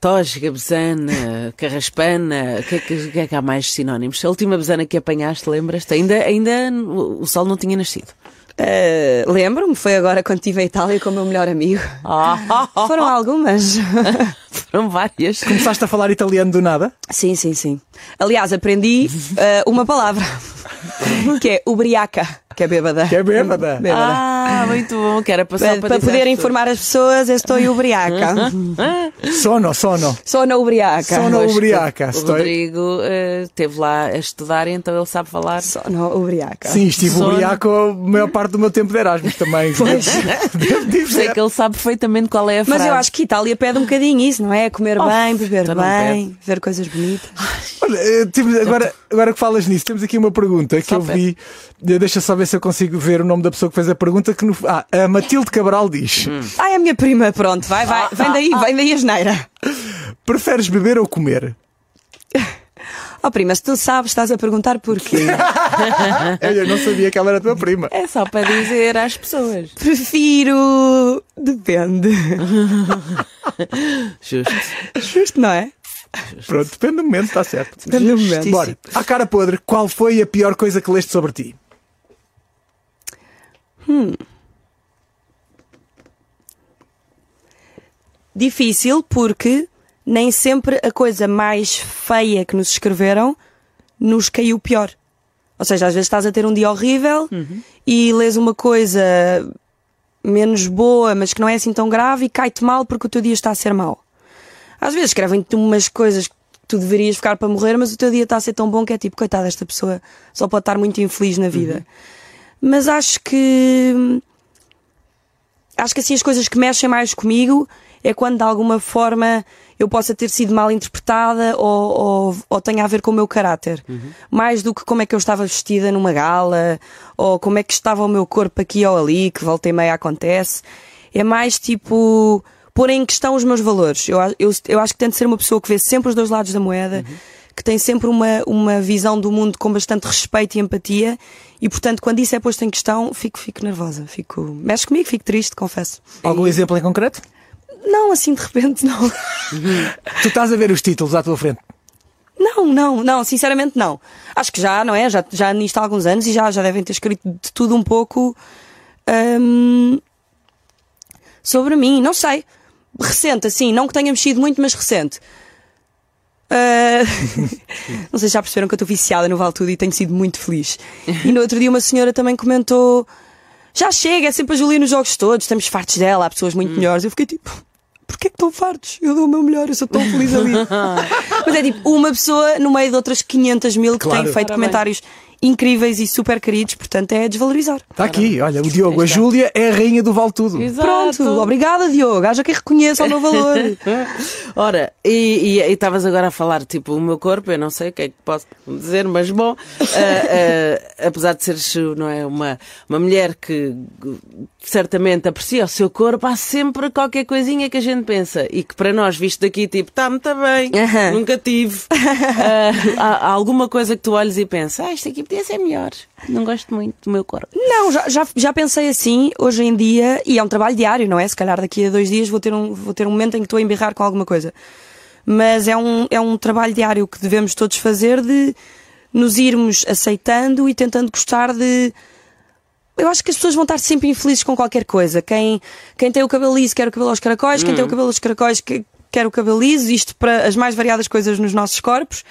[SPEAKER 2] tosga, besana, carraspana? O que, é que, o que é que há mais sinónimos? A última besana que apanhaste, lembras-te? Ainda, ainda o sol não tinha nascido.
[SPEAKER 3] Eh, Lembro-me, foi agora quando estive em Itália com o meu melhor amigo. Ah, [LAUGHS] Foram algumas. [LAUGHS]
[SPEAKER 2] Foram várias.
[SPEAKER 6] Começaste a falar italiano do nada?
[SPEAKER 2] Hum,
[SPEAKER 3] Sim, sim, sim. Aliás, aprendi eh, uma palavra, [LAUGHS] que é ubriaca, que é bêbada.
[SPEAKER 6] Que é bêbada.
[SPEAKER 3] Bêbada.
[SPEAKER 2] Ah, muito bom, que era
[SPEAKER 3] para,
[SPEAKER 2] passar para,
[SPEAKER 3] para
[SPEAKER 2] dizer
[SPEAKER 3] poder
[SPEAKER 2] às
[SPEAKER 3] informar as pessoas, eu estou ubriaca.
[SPEAKER 6] Sono, sono.
[SPEAKER 3] Sou na ubriaca.
[SPEAKER 6] Sono
[SPEAKER 2] pessoas.
[SPEAKER 6] ubriaca.
[SPEAKER 2] O
[SPEAKER 6] Estou-
[SPEAKER 2] Rodrigo eh, esteve lá a estudar, então ele sabe falar.
[SPEAKER 3] Sou na ubriaca.
[SPEAKER 6] Sim, estive
[SPEAKER 2] Sono.
[SPEAKER 6] ubriaco a maior parte do meu tempo de Erasmus também. [LAUGHS] Devo
[SPEAKER 2] Sei
[SPEAKER 6] dizer.
[SPEAKER 2] que ele sabe perfeitamente qual é a frase.
[SPEAKER 3] Mas eu acho que Itália pede um bocadinho isso, não é? Comer
[SPEAKER 2] Oh,
[SPEAKER 3] bem, beber
[SPEAKER 2] então não
[SPEAKER 3] bem, ver coisas bonitas.
[SPEAKER 6] Olha, eh, temos- agora, agora que falas nisso, temos aqui uma pergunta que
[SPEAKER 2] Só
[SPEAKER 6] eu vi. Eh, Deixa só ver se eu consigo ver o nome da pessoa que fez a pergunta. Que no- ah, a Matilde Cabral diz:
[SPEAKER 3] Ai, a minha prima, pronto, vai,
[SPEAKER 2] Ah,
[SPEAKER 3] vai, vem daí, vem daí a geneira.
[SPEAKER 6] Preferes beber ou comer?
[SPEAKER 3] Oh, prima, se tu sabes, estás a perguntar porquê.
[SPEAKER 2] [LAUGHS]
[SPEAKER 6] Olha, Eu não sabia que ela era a tua prima.
[SPEAKER 2] É só para dizer às pessoas.
[SPEAKER 3] Prefiro. Depende.
[SPEAKER 2] [LAUGHS] Justo.
[SPEAKER 3] Justo, não é?
[SPEAKER 6] Pronto, depende do momento, está certo.
[SPEAKER 3] Depende do momento.
[SPEAKER 6] Bora, à cara podre, qual foi a pior coisa que leste sobre ti?
[SPEAKER 3] Difícil porque nem sempre a coisa mais feia que nos escreveram nos caiu pior. Ou seja, às vezes estás a ter um dia horrível e lês uma coisa menos boa, mas que não é assim tão grave e cai-te mal porque o teu dia está a ser mau. Às vezes escrevem-te umas coisas que tu deverias ficar para morrer, mas o teu dia está a ser tão bom que é tipo, coitada, esta pessoa só pode estar muito infeliz na vida. Mas acho que hum, acho que assim as coisas que mexem mais comigo é quando de alguma forma eu possa ter sido mal interpretada ou, ou, ou tenha a ver com o meu caráter. Mais do que como é que eu estava vestida numa gala ou como é que estava o meu corpo aqui ou ali, que volta e meia acontece. É mais tipo pôr em questão os meus valores. Eu, a- eu, eu acho que tento ser uma pessoa que vê sempre os dois lados da moeda, que tem sempre uma, uma visão do mundo com bastante respeito e empatia, e portanto, quando isso é posto em questão, fico, fico nervosa, fico. Mexe comigo, fico triste, confesso.
[SPEAKER 6] Algum exemplo em concreto?
[SPEAKER 3] Não, assim de repente, não. [LAUGHS]
[SPEAKER 6] Tu estás a ver os títulos à tua frente.
[SPEAKER 3] Não, não, não, sinceramente não. Acho que já, não é? Já, já ando nisto há alguns anos e já, já devem ter escrito de tudo um pouco hum, sobre mim, não sei. Recente, assim, não que tenha mexido muito, mas recente. Ah, [LAUGHS] não sei se já perceberam que eu estou viciada no Vale Tudo e tenho sido muito feliz. E no outro dia uma senhora também comentou: Já chega, é sempre a Julia nos jogos todos, estamos fartos dela, há pessoas muito melhores. Eu fiquei tipo. Porquê que estão fartos? Eu dou o meu melhor, eu sou tão feliz ali. Mas é tipo, uma pessoa no meio de outras 500 mil que têm feito comentários incríveis e super queridos, portanto é desvalorizar.
[SPEAKER 6] Está Tá aqui, olha, o Diogo, a Júlia é a rainha do Vale Tudo.
[SPEAKER 3] Pronto, obrigada Diogo, haja quem reconheça o meu valor.
[SPEAKER 2] Ora, e e- e estavas agora a falar, tipo, o meu corpo, eu não sei o que é que posso dizer, mas bom, ah, ah, apesar de seres não é, uma, uma mulher que uh, certamente aprecia o seu corpo, há sempre qualquer coisinha que a gente pensa e que para nós, visto daqui, tipo, está muito bem,
[SPEAKER 3] Aham.
[SPEAKER 2] nunca tive. [LAUGHS] Ah, há, há alguma coisa que tu olhes e pensas, ah, isto aqui podia ser melhor, não gosto muito do meu corpo.
[SPEAKER 3] Não, já, já, já pensei assim hoje em dia, e é um trabalho diário, não é? Se calhar daqui a dois dias vou ter um, vou ter um momento em que estou a emberrar com alguma coisa. Mas é um, é um trabalho diário que devemos todos fazer de nos irmos aceitando e tentando gostar de. Eu acho que as pessoas vão estar sempre infelizes com qualquer coisa. Quem, quem tem o cabelo liso quer o cabelo aos caracóis, quem tem o cabelo aos caracóis que- quer o cabelo liso, isto para as mais variadas coisas nos nossos corpos.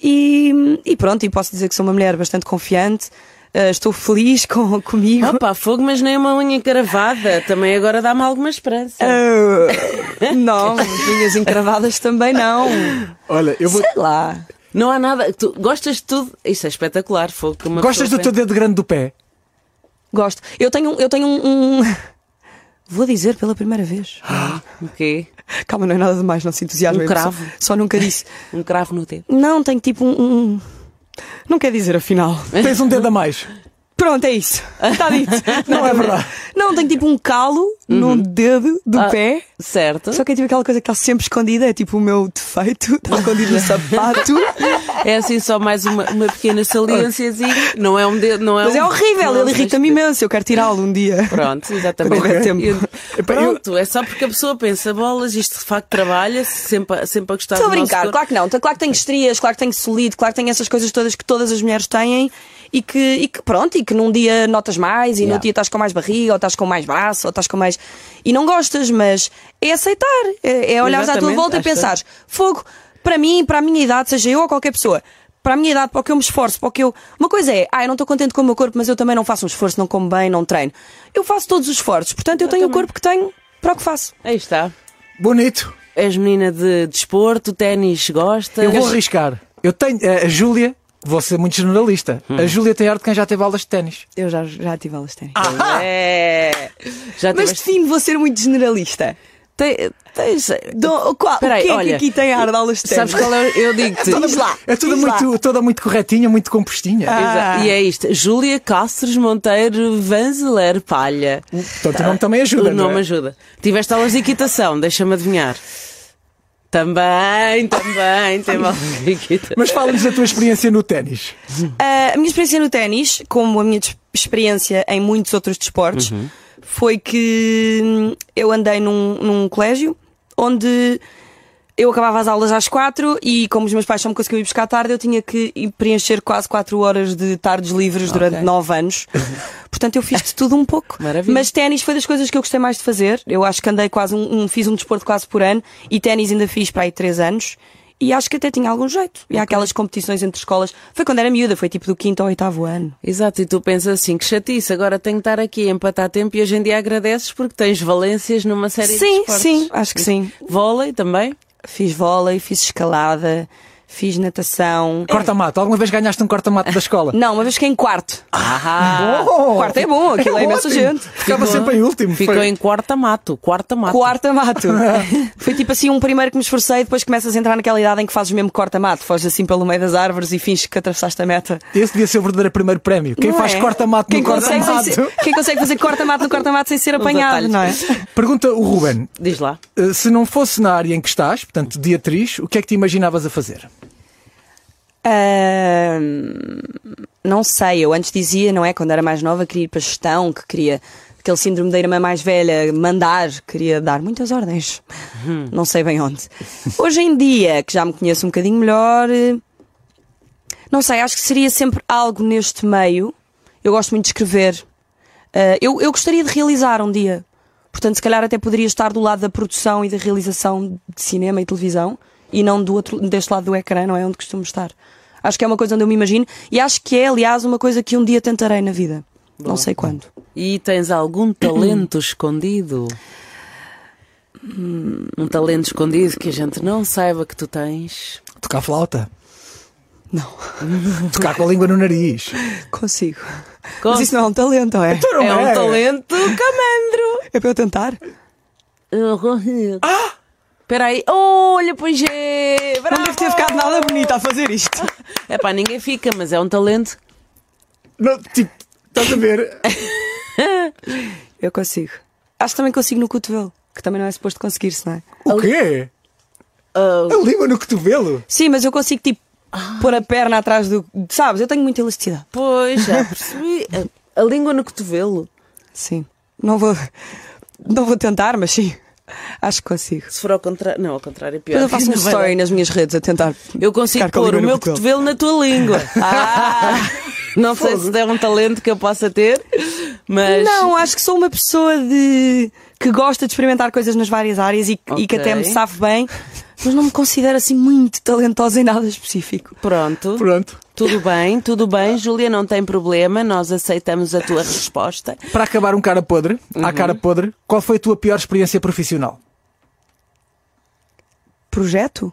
[SPEAKER 3] E, e pronto, e posso dizer que sou uma mulher bastante confiante. eh, estou feliz com, comigo.
[SPEAKER 2] Opa, fogo, mas nem uma unha cravada. Também agora dá-me alguma esperança.
[SPEAKER 3] [LAUGHS] Eh, não, linhas encravadas também não.
[SPEAKER 6] Olha, eu vou.
[SPEAKER 3] Sei lá.
[SPEAKER 2] Não há nada. Tu gostas de tudo. Isso é espetacular, fogo. que uma
[SPEAKER 6] Gostas do
[SPEAKER 2] pessoa
[SPEAKER 6] teu dedo grande do pé?
[SPEAKER 3] Gosto. Eu tenho, um- eu tenho um. [LAUGHS] um- Vou dizer pela primeira vez.
[SPEAKER 2] pensa. O quê?
[SPEAKER 3] Calma, não é nada demais, não se entusiasme.
[SPEAKER 2] Um
[SPEAKER 3] eu só-
[SPEAKER 2] cravo.
[SPEAKER 3] Só nunca disse.
[SPEAKER 2] Um cravo no dedo.
[SPEAKER 3] Não, tenho tipo um. um- Não quer dizer, afinal.
[SPEAKER 6] Tens um dedo a mais.
[SPEAKER 3] Pronto, é isso. Está [LAUGHS] dito.
[SPEAKER 6] Não é verdade.
[SPEAKER 3] Não, tenho tipo um calo num dedo do
[SPEAKER 2] Ah.
[SPEAKER 3] pé.
[SPEAKER 2] Certo?
[SPEAKER 3] Só que é tipo aquela coisa que está sempre escondida, é tipo o meu defeito, está escondido [LAUGHS] no sapato.
[SPEAKER 2] É assim só mais uma, uma pequena saliênciazinha. Não é um dedo, não é
[SPEAKER 3] Mas é
[SPEAKER 2] um-
[SPEAKER 3] horrível,
[SPEAKER 2] não
[SPEAKER 3] ele
[SPEAKER 2] sei
[SPEAKER 3] irrita-me imenso, eu quero tirá-lo um dia.
[SPEAKER 2] Pronto, exatamente.
[SPEAKER 3] Quando tiver tempo.
[SPEAKER 2] Eu- Pronto, é só porque a pessoa pensa bolas, isto de facto trabalha, sempre, a- sempre a gostar
[SPEAKER 3] Estou a
[SPEAKER 2] do nosso
[SPEAKER 3] brincar,
[SPEAKER 2] corpo.
[SPEAKER 3] claro que não. Então, Claro que tenho estrias, claro que tenho solido, claro que tenho essas coisas todas que todas as mulheres têm e que, e que pronto, e que num dia notas mais e no
[SPEAKER 2] Yeah.
[SPEAKER 3] outro dia estás com mais barriga, ou estás com mais braço, ou estás com mais. E não gostas, mas é aceitar. É, é olhares à tua
[SPEAKER 2] Exatamente,
[SPEAKER 3] volta e
[SPEAKER 2] acho que-
[SPEAKER 3] pensares: fogo, para mim, para a minha idade, seja eu ou qualquer pessoa. Para a minha idade, para o que eu me esforço, para o que eu. Uma coisa é, ah, eu não estou contente com o meu corpo, mas eu também não faço um esforço, não como bem, não treino. Eu faço todos os esforços, portanto, eu, tenho o corpo que tenho para o que faço.
[SPEAKER 2] Aí está.
[SPEAKER 6] Bonito.
[SPEAKER 2] És menina de desporto, ténis, gostas.
[SPEAKER 6] Eu vou arriscar. Eu tenho. eh, A Júlia, vou ser muito generalista.
[SPEAKER 3] Hum.
[SPEAKER 6] A Júlia tem ar de quem já teve aulas de ténis.
[SPEAKER 3] Eu já, já tive aulas de ténis. [LAUGHS]
[SPEAKER 2] É. Já
[SPEAKER 3] Mas
[SPEAKER 2] tiveste-
[SPEAKER 3] define, vou ser muito generalista.
[SPEAKER 2] Te- tens.
[SPEAKER 3] Do, qual,
[SPEAKER 2] Peraí,
[SPEAKER 3] o que é
[SPEAKER 2] olha,
[SPEAKER 3] que aqui tem a ar de aulas de ténis?
[SPEAKER 2] Sabes qual é? o- Eu digo-te.
[SPEAKER 3] Diz lá.
[SPEAKER 6] É toda
[SPEAKER 3] diz lá.
[SPEAKER 6] muito, toda muito corretinha, muito compostinha.
[SPEAKER 2] Exa- E é isto. Júlia Cáceres Monteiro Vanzeler Palha.
[SPEAKER 6] Então, o nome também ajuda,
[SPEAKER 2] o
[SPEAKER 6] não
[SPEAKER 2] nome
[SPEAKER 6] é?
[SPEAKER 2] ajuda. Tiveste aulas de equitação, deixa-me adivinhar. Também, também, tem aulas de equitação.
[SPEAKER 6] Mas fala-nos da tua experiência no ténis.
[SPEAKER 3] Ah, a minha experiência no ténis, como a minha des- experiência em muitos outros desportos, foi que hum, eu andei num, num colégio onde eu acabava as aulas às quatro e como os meus pais só me conseguiam ir buscar à tarde, eu tinha que ir preencher quase quatro horas de tardes livres durante nove anos.
[SPEAKER 2] [LAUGHS]
[SPEAKER 3] Portanto, eu fiz de tudo um pouco.
[SPEAKER 2] Maravilha.
[SPEAKER 3] Mas ténis foi das coisas que eu gostei mais de fazer. Eu acho que andei quase um, um- fiz um desporto quase por ano e ténis ainda fiz para aí três anos. E acho que até tinha algum jeito. E há aquelas competições entre escolas. Foi quando era miúda, foi tipo do quinto ao oitavo ano.
[SPEAKER 2] Exato, e tu pensas assim, que chatice, agora tenho que estar aqui a empatar tempo e hoje em dia agradeces porque tens valências numa série de
[SPEAKER 3] Sim,
[SPEAKER 2] esportes.
[SPEAKER 3] sim, acho que sim.
[SPEAKER 2] Vôlei também?
[SPEAKER 3] Fiz vôlei, fiz escalada, fiz natação.
[SPEAKER 6] Corta-mato. Alguma vez ganhaste um corta-mato da escola?
[SPEAKER 3] É. Não, uma vez fiquei em quarto.
[SPEAKER 2] Ah,
[SPEAKER 6] Oh,
[SPEAKER 3] quarto é bom, aquilo é, imensa
[SPEAKER 6] ótimo.
[SPEAKER 3] gente.
[SPEAKER 6] Ficava sempre em último.
[SPEAKER 2] Ficou
[SPEAKER 6] Foi-
[SPEAKER 2] em quarta mato, quarta mato.
[SPEAKER 6] [LAUGHS]
[SPEAKER 3] Corta-mato.
[SPEAKER 6] É.
[SPEAKER 3] Foi tipo assim um primeiro que me esforcei, depois começas a entrar naquela idade em que fazes mesmo corta-mato. Foges assim pelo meio das árvores e finges que atravessaste a meta.
[SPEAKER 6] Esse devia ser o verdadeiro primeiro prémio. Quem
[SPEAKER 3] Não
[SPEAKER 6] faz
[SPEAKER 3] é?
[SPEAKER 6] corta-mato
[SPEAKER 3] Quem
[SPEAKER 6] no
[SPEAKER 3] consegue sem
[SPEAKER 6] corta-mato.
[SPEAKER 3] ser- Quem consegue fazer corta-mato no corta-mato sem ser apanhado,
[SPEAKER 2] atalhos.
[SPEAKER 3] não é?
[SPEAKER 6] Pergunta o Ruben.
[SPEAKER 2] Diz lá.
[SPEAKER 6] eh, Se não fosse na área em que estás, portanto, de atriz, o que é que te imaginavas a fazer?
[SPEAKER 3] Ahm, não sei, eu antes dizia, não é? Quando era mais nova, queria ir para gestão, que queria aquele síndrome da irmã mais velha, mandar, queria dar muitas ordens. Não sei bem onde. Hoje em dia, que já me conheço um bocadinho melhor, eh, não sei, acho que seria sempre algo neste meio. Eu gosto muito de escrever. Ah, eu, eu gostaria de realizar um dia. Portanto, se calhar até poderia estar do lado da produção e da realização de cinema e televisão e não do outro, deste lado do ecrã, não é? Onde costumo estar. Acho que é uma coisa onde eu me imagino e acho que é, aliás, uma coisa que um dia tentarei na vida. Não sei quando.
[SPEAKER 2] E tens algum talento escondido? Um talento escondido que a gente não saiba que tu tens.
[SPEAKER 6] Tocar flauta.
[SPEAKER 3] Não,
[SPEAKER 6] Tocar com a língua no nariz.
[SPEAKER 3] [LAUGHS] consigo.
[SPEAKER 2] Cons-
[SPEAKER 3] Mas isso não é um talento, é?
[SPEAKER 6] Então não
[SPEAKER 2] É um
[SPEAKER 6] é.
[SPEAKER 2] talento camandro.
[SPEAKER 3] É para eu tentar?
[SPEAKER 2] Ah! Espera aí. Olha, pois é.
[SPEAKER 3] Não deve ter ficado nada bonito a fazer isto.
[SPEAKER 2] É pá, ninguém fica, mas é um talento.
[SPEAKER 6] Não, tipo, estás a ver?
[SPEAKER 3] Eu consigo. Acho que também consigo no cotovelo, que também não é suposto conseguir-se, não é?
[SPEAKER 6] O quê? A língua no cotovelo?
[SPEAKER 3] Sim, mas eu consigo, tipo, pôr a perna atrás do. Sabes? Eu tenho muita elasticidade.
[SPEAKER 2] Pois, já
[SPEAKER 3] [LAUGHS]
[SPEAKER 2] percebi. A, a língua no cotovelo.
[SPEAKER 3] Sim. Não vou. [LAUGHS] Não vou tentar, mas sim. Acho que consigo.
[SPEAKER 2] Se for ao contrário. Não, ao contrário é pior.
[SPEAKER 3] Depois
[SPEAKER 2] [LAUGHS]
[SPEAKER 3] eu faço um
[SPEAKER 2] Não vai
[SPEAKER 3] story
[SPEAKER 2] dar.
[SPEAKER 3] nas minhas redes a tentar.
[SPEAKER 2] Eu consigo
[SPEAKER 3] Ficar com a
[SPEAKER 2] pôr
[SPEAKER 3] língua
[SPEAKER 2] o
[SPEAKER 3] no
[SPEAKER 2] meu cotovelo
[SPEAKER 3] cotovelo.
[SPEAKER 2] na tua
[SPEAKER 3] [LAUGHS]
[SPEAKER 2] língua. Ah, não sei se é um talento que eu possa ter, mas.
[SPEAKER 3] Não, acho que sou uma pessoa de. que gosta de experimentar coisas nas várias áreas e, e que
[SPEAKER 2] Ok.
[SPEAKER 3] até me sabe bem. mas não me considero assim muito talentosa em nada específico.
[SPEAKER 2] Pronto.
[SPEAKER 6] Pronto.
[SPEAKER 2] Tudo bem, tudo bem, Júlia, não tem problema, nós aceitamos a tua resposta.
[SPEAKER 6] Para acabar um cara podre, à cara podre, qual foi a tua pior experiência profissional?
[SPEAKER 3] Projeto?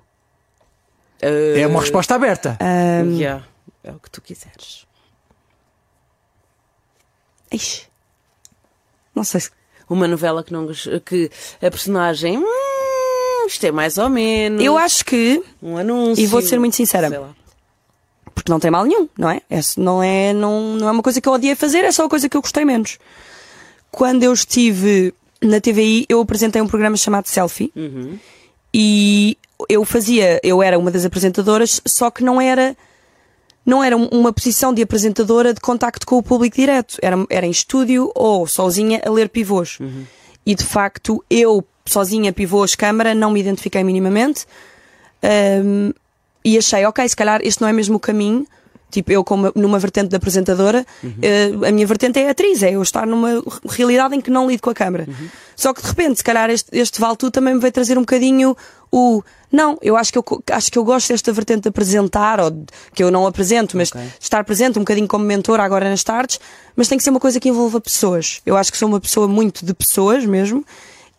[SPEAKER 6] É uma resposta aberta.
[SPEAKER 2] Yeah, É o que tu quiseres.
[SPEAKER 3] Ixi. Não sei se.
[SPEAKER 2] Uma novela que não gos- que a personagem. Hum, isto é mais ou menos.
[SPEAKER 3] Eu acho que.
[SPEAKER 2] Um anúncio.
[SPEAKER 3] E vou ser muito sincera.
[SPEAKER 2] Sei lá.
[SPEAKER 3] Porque não tem mal nenhum, não é? Essa não é, não, não é uma coisa que eu odiei fazer, é só uma coisa que eu gostei menos. Quando eu estive na TVI, eu apresentei um programa chamado Selfie. E eu fazia, eu era uma das apresentadoras, só que não era não era um- uma posição de apresentadora de contacto com o público direto. Era, era em estúdio ou sozinha a ler pivôs. E de facto, eu sozinha, pivôs, câmara, não me identifiquei minimamente. Ahm, e achei, ok, se calhar este não é mesmo o caminho. Tipo, eu como numa vertente de apresentadora, eh, a minha vertente é atriz, é eu estar numa realidade em que não lido com a câmara. Só que de repente, se calhar este, este Valtu também me veio trazer um bocadinho o... Não, eu acho que eu, co- acho que eu gosto desta vertente de apresentar, ou de- que eu não apresento, mas de estar presente um bocadinho como mentora agora nas tardes, mas tem que ser uma coisa que envolva pessoas. Eu acho que sou uma pessoa muito de pessoas mesmo,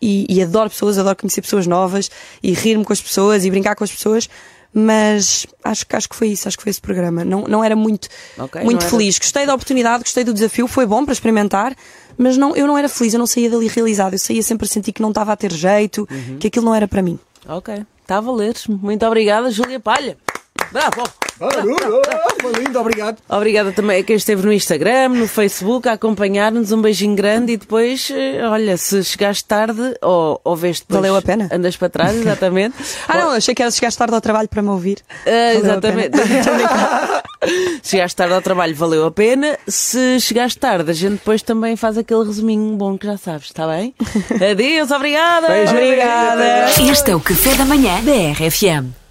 [SPEAKER 3] e, e adoro pessoas, adoro conhecer pessoas novas e rir-me com as pessoas e brincar com as pessoas. Mas acho, que- acho que foi isso, acho que foi esse programa. Não, não era muito,
[SPEAKER 2] Ok,
[SPEAKER 3] muito
[SPEAKER 2] não era-
[SPEAKER 3] feliz. Gostei da oportunidade, gostei do desafio, foi bom para experimentar, mas não, eu não era feliz, eu não saía dali realizado. Eu saía sempre a sentir que não estava a ter jeito,
[SPEAKER 2] Uhum.
[SPEAKER 3] que aquilo não era para mim.
[SPEAKER 2] Ok, está a valer. Muito obrigada, Júlia Palha. Bravo!
[SPEAKER 6] Ah, Lindo, obrigado.
[SPEAKER 2] Obrigada também a quem esteve no Instagram, no Facebook, a acompanhar-nos. Um beijinho grande e depois, eh, olha, se chegaste tarde ou, ou vês depois.
[SPEAKER 3] Valeu a pena.
[SPEAKER 2] Andas para trás, exatamente.
[SPEAKER 3] [LAUGHS]
[SPEAKER 2] [LAUGHS]
[SPEAKER 3] Ah, não, achei que era chegaste tarde ao trabalho para me ouvir.
[SPEAKER 2] Ah,
[SPEAKER 3] Valeu a
[SPEAKER 2] exatamente. [LAUGHS]
[SPEAKER 3] pena.
[SPEAKER 2] chegaste tarde ao trabalho, valeu a pena. Se chegaste tarde, a gente depois também faz aquele resuminho bom que já sabes, está
[SPEAKER 3] [LAUGHS]
[SPEAKER 2] bem? Adeus, obrigada!
[SPEAKER 6] Beijo.
[SPEAKER 2] Obrigada!
[SPEAKER 1] Este é o Café da Manhã da RFM.